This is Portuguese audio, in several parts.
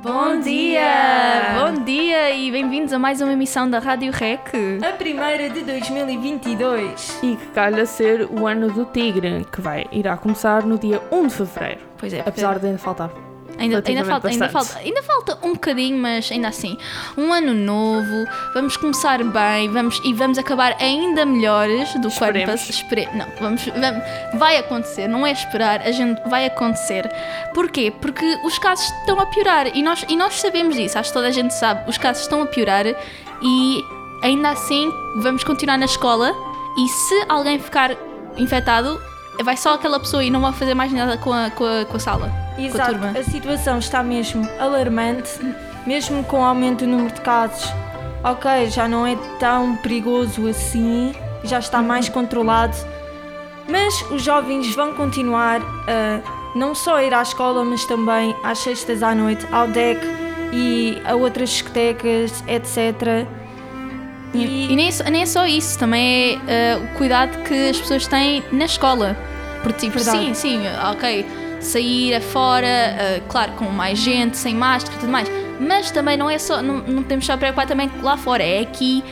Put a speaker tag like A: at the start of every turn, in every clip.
A: Bom dia! Bom dia e bem-vindos a mais uma emissão da Rádio Rec.
B: A primeira de 2022.
C: E que calha ser o ano do tigre, que vai, irá começar no dia 1 de fevereiro.
A: Pois é, porque-
C: Apesar de ainda faltar.
A: Ainda, ainda,
C: relativamente
A: falta, ainda,
C: bastante.
A: falta, ainda falta um bocadinho, mas ainda assim, um ano novo, vamos começar bem vamos, e vamos acabar ainda melhores do que o ano
C: Esperemos.
A: passado. Espere- Não, vamos, vamos- vai acontecer, não é esperar, a gente vai acontecer. Porquê? Porque os casos estão a piorar e nós, e nós sabemos disso, acho que toda a gente sabe, os casos estão a piorar e ainda assim vamos continuar na escola e se alguém ficar infectado, vai só aquela pessoa e não vai fazer mais nada com a, com a, com a sala. Com a
B: Exato,
A: turma.
B: a situação está mesmo alarmante, mesmo com o aumento do número de casos. Ok, já não é tão perigoso assim, já
A: Uhum.
B: está mais controlado, mas os jovens vão continuar a não só ir à escola, mas também às sextas à noite, ao DEC e a outras discotecas, etc.
A: E nem, é só- nem é só isso, também é ah, o cuidado que as pessoas têm na escola. Porque, tipo,
B: Verdade.
A: sim, sim, ok, sair afora, ah, claro, com mais gente, sem máscara e tudo mais, mas também não é só, não, não temos só a preocupar também lá fora, é aqui,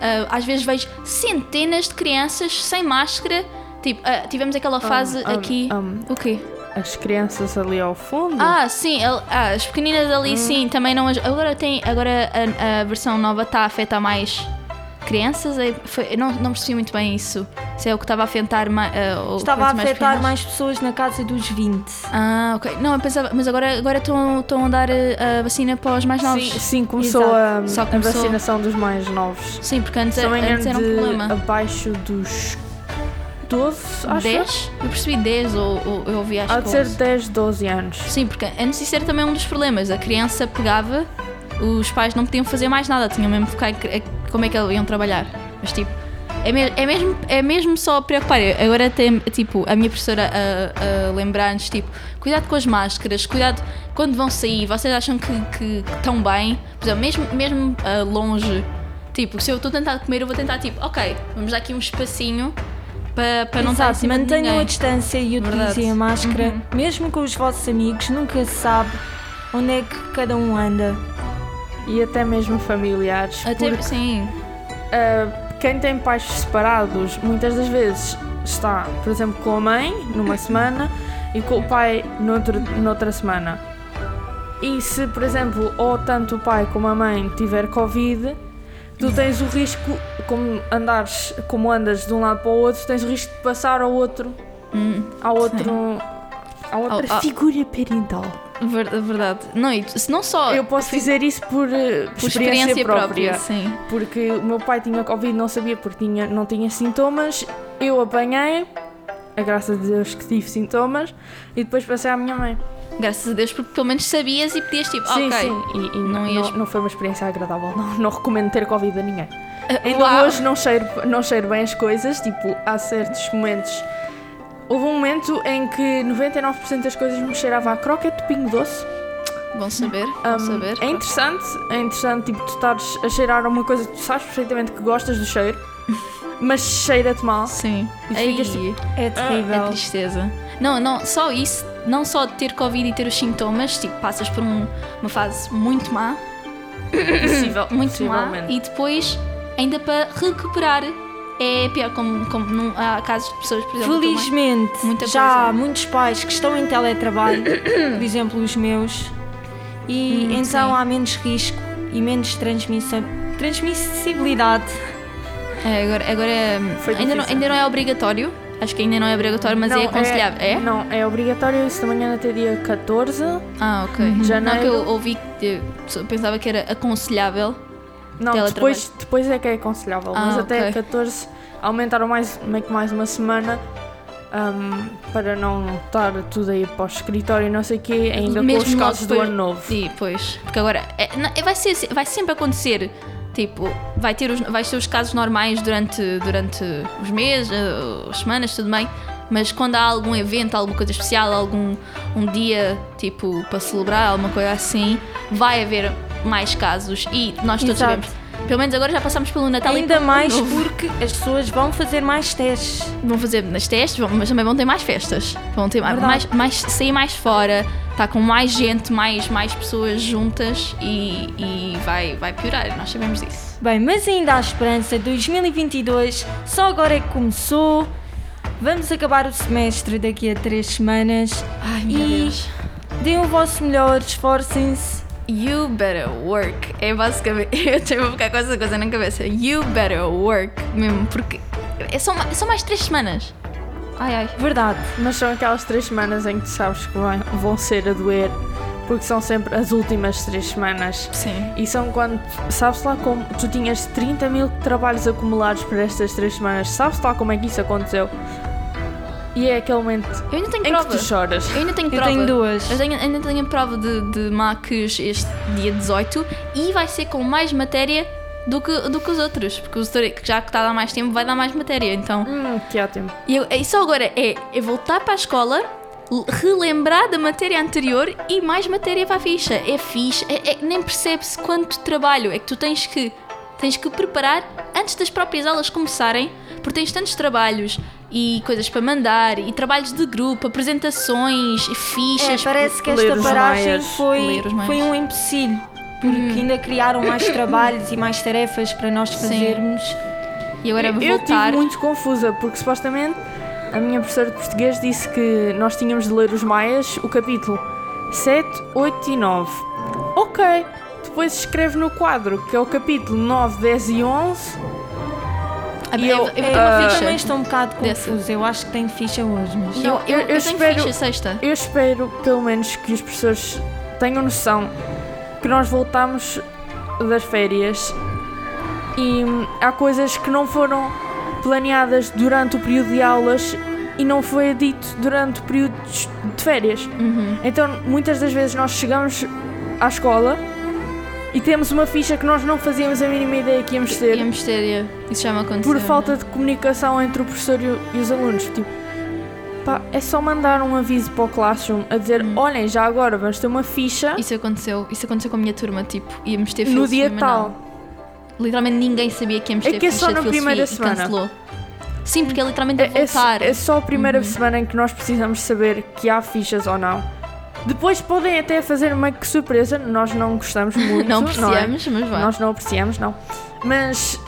A: ah, às vezes vejo centenas de crianças sem máscara, tipo, ah, tivemos aquela fase
C: um,
A: aqui,
C: um.
A: o quê?
C: As crianças ali ao fundo.
A: Ah, sim, el- ah, as pequeninas ali
C: Hum.
A: sim, também não as. Agora tem. Agora a, a versão nova está a afetar mais crianças? é- foi- eu não, não percebi muito bem isso. Se é o que estava a afetar ah, mais.
B: Estava a afetar mais pessoas na casa dos 20.
A: Ah, ok. Não, eu pensava. Mas agora, agora estão, estão a dar eh, a vacina para os mais novos.
C: sim, sim, começou,
B: Exato.
C: a,
A: Só
C: a
A: começou.
C: vacinação dos mais novos.
A: Sim, porque antes,
C: Se não me engano,
A: antes era um
C: de-
A: problema.
C: abaixo dos 12, acho.
A: 10? Eu percebi 10 ou, ou eu ouvi acho
C: Há
A: que
C: de ser
A: 11.
C: 10, 12 anos.
A: Sim, porque antes isso era também um dos problemas. A criança pegava, os pais não podiam fazer mais nada, tinham mesmo que ficar. a- Como é que iam trabalhar? Mas tipo, é, me- é mesmo, é mesmo só preocupar. Eu- Agora tem, tipo, a minha professora a, a lembrar-nos, tipo, cuidado com as máscaras, cuidado quando vão sair, vocês acham que, que, que estão bem, por exemplo, mesmo, mesmo ah, longe. Tipo, se eu estou a tentar comer, eu vou tentar, tipo, ok, vamos dar aqui um espacinho para para não estar
B: Exato,
A: assim.
B: mantenham a distância e utilizem
A: Verdade. Uhum.
B: a máscara, mesmo com os vossos amigos, nunca se sabe onde é que cada um anda.
C: E até mesmo familiares.
A: Até,
C: porque,
A: sim.
C: ah, quem tem pais separados, muitas das vezes está, por exemplo, com a mãe numa semana e com o pai noutro, noutra semana. E se, por exemplo, ou tanto o pai como a mãe tiver Covid,
A: Hum.
C: tu tens o risco, como, andares, como andas de um lado para o outro, tens o risco de passar ao outro. ao outro. À outra
A: Hum. Ao- ao-
C: figura parental.
A: Ver- Verdade. Não, e tu- se não só
C: Eu posso dizer isso por, eh,
A: por
C: experiência, própria.
A: sim.
C: porque o meu pai tinha Covid, não sabia porque tinha, não tinha sintomas, eu apanhei, a graças a Deus que tive sintomas, e depois passei à minha mãe.
A: Graças a Deus, porque pelo menos sabias e podias tipo,
C: Sim,
A: ok.
C: sim, e, e
A: Não
C: não,
A: ias-
C: não- não foi uma experiência agradável, não, não recomendo ter Covid a ninguém. Ainda
A: eh, uau.
C: hoje não cheiro, não cheiro bem as coisas, tipo, há certos momentos... Houve um momento em que 99% das coisas me cheirava a croquete de pingo doce,
A: Bom saber, bom
C: Um,
A: saber.
C: É interessante, é interessante, tipo, tu estares a cheirar uma coisa que tu sabes perfeitamente que gostas do cheiro, mas cheira-te mal.
A: Sim.
C: E
A: Aí,
C: ficas tipo,
B: É
A: é
B: terrível.
A: tristeza. Não, não, só isso, não só de ter Covid e ter os sintomas, tipo, passas por um- uma fase muito má,
C: Possível,
A: muito má, e depois ainda para recuperar é pior, como, como não, há casos de pessoas, por exemplo, que tomam-
B: Felizmente,
A: Muita
B: já
A: coisa.
B: há muitos pais que estão em teletrabalho, por exemplo, os meus, e então
A: Hum, sim.
B: há menos risco e menos transmissão- transmissibilidade.
A: É, agora, agora hum,
C: Foi
A: ainda, não,
C: difícil.
A: ainda não é obrigatório, acho que ainda não é obrigatório, mas
C: Não,
A: é aconselhável. É?
C: Não, é obrigatório isso de manhã até dia 14.
A: Ah, ok. Não
C: Janeiro.
A: que eu ouvi que eu pensava que era aconselhável.
C: Não,
A: Teletrabalho.
C: depois, depois é que é aconselhável,
A: Ah,
C: mas até
A: ok.
C: 14 aumentaram mais, meio que mais uma semana. hum, para não estar tudo aí para o escritório e não sei o quê, ainda com os
A: logo
C: casos do
A: depois-
C: ano novo.
A: Sim, pois. Porque agora é, não, é- vai, ser, vai sempre acontecer. Tipo, vai ter os, vai ter os casos normais durante, durante os meses, eh, as semanas, tudo bem. Mas quando há algum evento, alguma coisa especial, algum um dia, tipo, para celebrar, alguma coisa assim, vai haver mais casos e nós todos
B: Exato.
A: sabemos. Pelo menos agora já passamos pelo Natal e
B: Ainda
A: pelo Ano
B: mais
A: Novo.
B: porque as pessoas vão fazer mais testes.
A: Vão fazer nas testes, vão- mas também vão ter mais festas. Vão ter mais,
B: Verdade.
A: mais, mais- sair mais fora, estar com mais gente, mais, mais pessoas juntas e, e vai, vai piorar, nós sabemos disso.
B: Bem, mas ainda há esperança, 2022 só agora é que começou. Vamos acabar o semestre daqui a três semanas.
A: Ai,
B: meu Deus. Deem o vosso melhor, esforcem-se.
A: You better work. É basicamente. Eu tenho a ficar com essa coisa na cabeça. You better work. Mesmo, porque. é São, ma- são mais três semanas. Ai ai.
B: Verdade.
C: Mas são aquelas três semanas em que tu sabes que vai- vão ser a doer, porque são sempre as últimas três semanas.
A: Sim.
C: E são quando, sabes lá como, tu tinhas 30 mil trabalhos acumulados para estas três semanas, sabes lá como é que isso aconteceu? E é aquele momento
A: Eu ainda tenho
C: em
A: prova.
C: que tu choras.
A: Eu ainda tenho
B: Eu
A: prova.
B: tenho duas.
A: Eu tenho- ainda tenho a prova de, de MACs este dia 18 e vai ser com mais matéria do que, do que os outros, porque o setor que já que está a dar mais tempo vai dar mais matéria, então.
C: Hum, que ótimo.
A: E eu, e só agora é, é voltar para a escola, l- relembrar da matéria anterior e mais matéria para a ficha. É fixe, é, é- nem percebe-se quanto trabalho é que tu tens que tens que preparar antes das próprias aulas começarem, porque tens tantos trabalhos e coisas para mandar, e trabalhos de grupo, apresentações, e
B: É,
A: fichas.
B: parece que
C: ler
B: esta
C: os
B: paragem
C: maias,
B: foi,
A: ler os maias.
B: foi um empecilho, porque ainda criaram mais trabalhos e mais tarefas para nós fazermos.
A: E agora
C: eu
A: vou voltar.
C: estive muito confusa, porque supostamente a minha professora de português disse que nós tínhamos de ler os maias o capítulo 7, 8 e 9. Ok, depois escreve no quadro, que é o capítulo 9, 10 e 11.
A: Ah,
C: e
A: eu,
C: eu-
A: eu,
B: É,
A: tenho uma
B: eu
A: ficha.
B: também estou um bocado
A: Dessa.
B: confusa. Eu acho que tem ficha hoje, mas.
A: Eu, eu,
C: Não, eu-
A: eu
C: eu
A: tenho
C: espero-
A: ficha sexta.
C: Eu espero, pelo menos, que os professores tenham noção que nós voltamos das férias e hum, há coisas que não foram planeadas durante o período de aulas e não foi dito durante o período de es- de férias. Então, muitas das vezes nós chegamos à escola e temos uma ficha que nós não fazíamos a mínima ideia que íamos ter
A: Íamos ter, eu- isso já me aconteceu.
C: por falta de comunicação entre o professor e, o- e os alunos. Tipo, pá, é só mandar um aviso para o Classroom a dizer: olhem, já agora vamos ter uma ficha
A: Hum. Isso aconteceu, isso aconteceu com a minha turma, tipo, íamos ter
C: no
A: filosofia,
C: dia
A: mas
C: tal.
A: não. Literalmente ninguém sabia que íamos
C: É
A: ter
C: que é
A: ficha
C: só
A: de
C: na
A: filosofia
C: primeira
A: e
C: semana.
A: cancelou. Sim, porque é literalmente a
C: É, é só-
A: voltar. Uhum.
C: é só a primeira semana em que nós precisamos saber que há fichas ou não. Depois podem até fazer meio que surpresa, nós não gostamos muito.
A: não
C: é?
A: apreciamos, mas vá.
C: Nós não apreciamos, não. Mas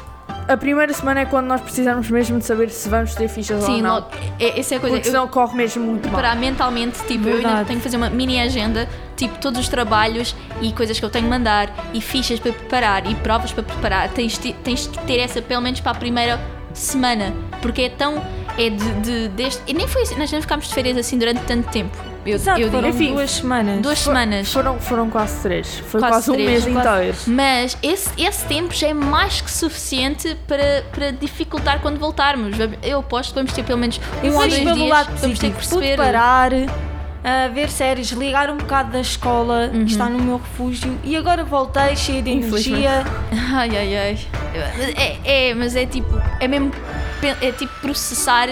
C: a primeira semana é quando nós precisamos mesmo de saber se vamos ter fichas ou
A: Sim,
C: não.
A: logo, é, essa é a coisa.
C: Porque senão corre mesmo muito
A: eu,
C: mal.
A: para mentalmente, tipo, eu ainda
B: Verdade.
A: tenho que fazer uma mini agenda, tipo, todos os trabalhos e coisas que eu tenho de mandar, e fichas para preparar, e provas para preparar. Tens, de- tens de ter essa pelo menos para a primeira semana, porque é tão. É de, de- deste. E nem foi assim, nós não ficámos de férias assim durante tanto tempo. Eu,
B: Exato,
A: eu digo.
B: foram
C: Enfim,
B: duas semanas.
A: duas semanas.
C: Foram, foram quase três. Foi
A: Quase
C: quase, um
A: três,
C: mês
A: quase-
C: inteiro.
A: Mas esse, esse tempo já é mais que suficiente para, para dificultar quando voltarmos. Eu aposto que vamos ter pelo menos um
B: Eu
A: ou
B: vejo
A: dois
B: pelo
A: dias.
B: lado
A: vamos ter que
B: positivo,
A: perceber.
B: pude parar, a ver séries, ligar um bocado da escola,
A: Uhum.
B: que está no meu refúgio, e agora voltei cheia de
C: Infelizmente.
B: energia.
A: Ai, ai, ai. É, é, mas é tipo, é mesmo, pe- é tipo processar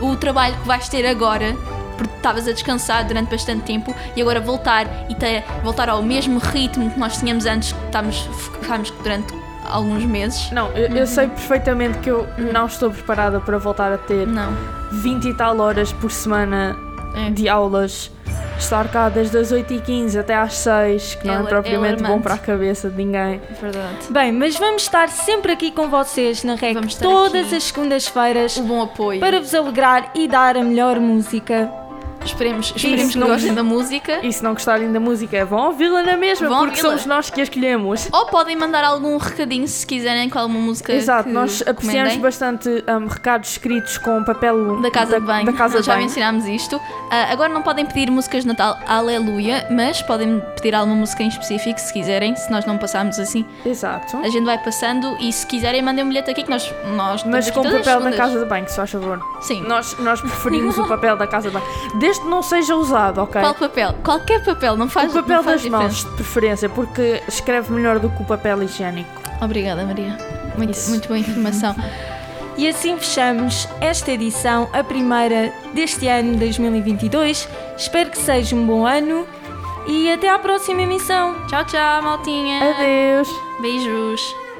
A: o trabalho que vais ter agora, porque estavas a descansar durante bastante tempo e agora voltar e ter, voltar ao mesmo ritmo que nós tínhamos antes, que estávamos, ficámos durante alguns meses.
C: Não, eu, eu sei perfeitamente que eu não estou preparada para voltar a ter
A: Hum. Não.
C: 20 e tal horas por semana
A: É.
C: de aulas. Estar cá desde as 8h15 até às 6, que
A: É
C: não
A: al-
C: é
A: é
C: propriamente bom
A: alarmante.
C: para a cabeça de ninguém.
A: Verdade.
B: Bem, mas vamos estar sempre aqui com vocês na REC
A: Vamos estar
B: todas
A: aqui.
B: as segundas-feiras
A: O bom apoio.
B: para vos alegrar e dar a melhor música.
A: Esperemos, esperemos
C: Isso,
A: que
C: não-
A: gostem da música.
C: E se não gostarem da música, é vão ouvi-la na mesma,
A: Vão
C: porque
A: ouvi-la.
C: somos nós que a escolhemos.
A: Ou podem mandar algum recadinho se quiserem com alguma música.
C: Exato,
A: que
C: nós apreciamos
A: recomendem.
C: bastante hum, recados escritos com papel
A: Da Casa de Banho.
C: Da casa
A: Nós
C: de
A: já
C: banho.
A: mencionámos isto. Ah, agora não podem pedir músicas de Natal, aleluia, mas podem pedir alguma música em específico se quiserem, se nós não passarmos assim.
C: Exato.
A: A gente vai passando e se quiserem mandem um bilhete aqui que nós, nós estamos
C: Mas
A: aqui
C: com
A: todas as
C: papel da
A: segundas.
C: casa de banho, se faz favor.
A: Sim.
C: Nós, nós preferimos o papel da casa de banho. Desde que não seja usado, ok?
A: Qual é papel? Qualquer papel, não faz
C: o papel
A: não faz
C: das
A: diferença.
C: mãos, de preferência, porque escreve melhor do que o papel higiênico.
A: Obrigada, Maria. Muito,
C: Isso.
A: muito boa informação.
B: E assim fechamos esta edição, a primeira deste ano 2022. Espero que seja um bom ano e até à próxima emissão.
A: tchau, tchau, maltinha.
C: Adeus!
A: Beijos.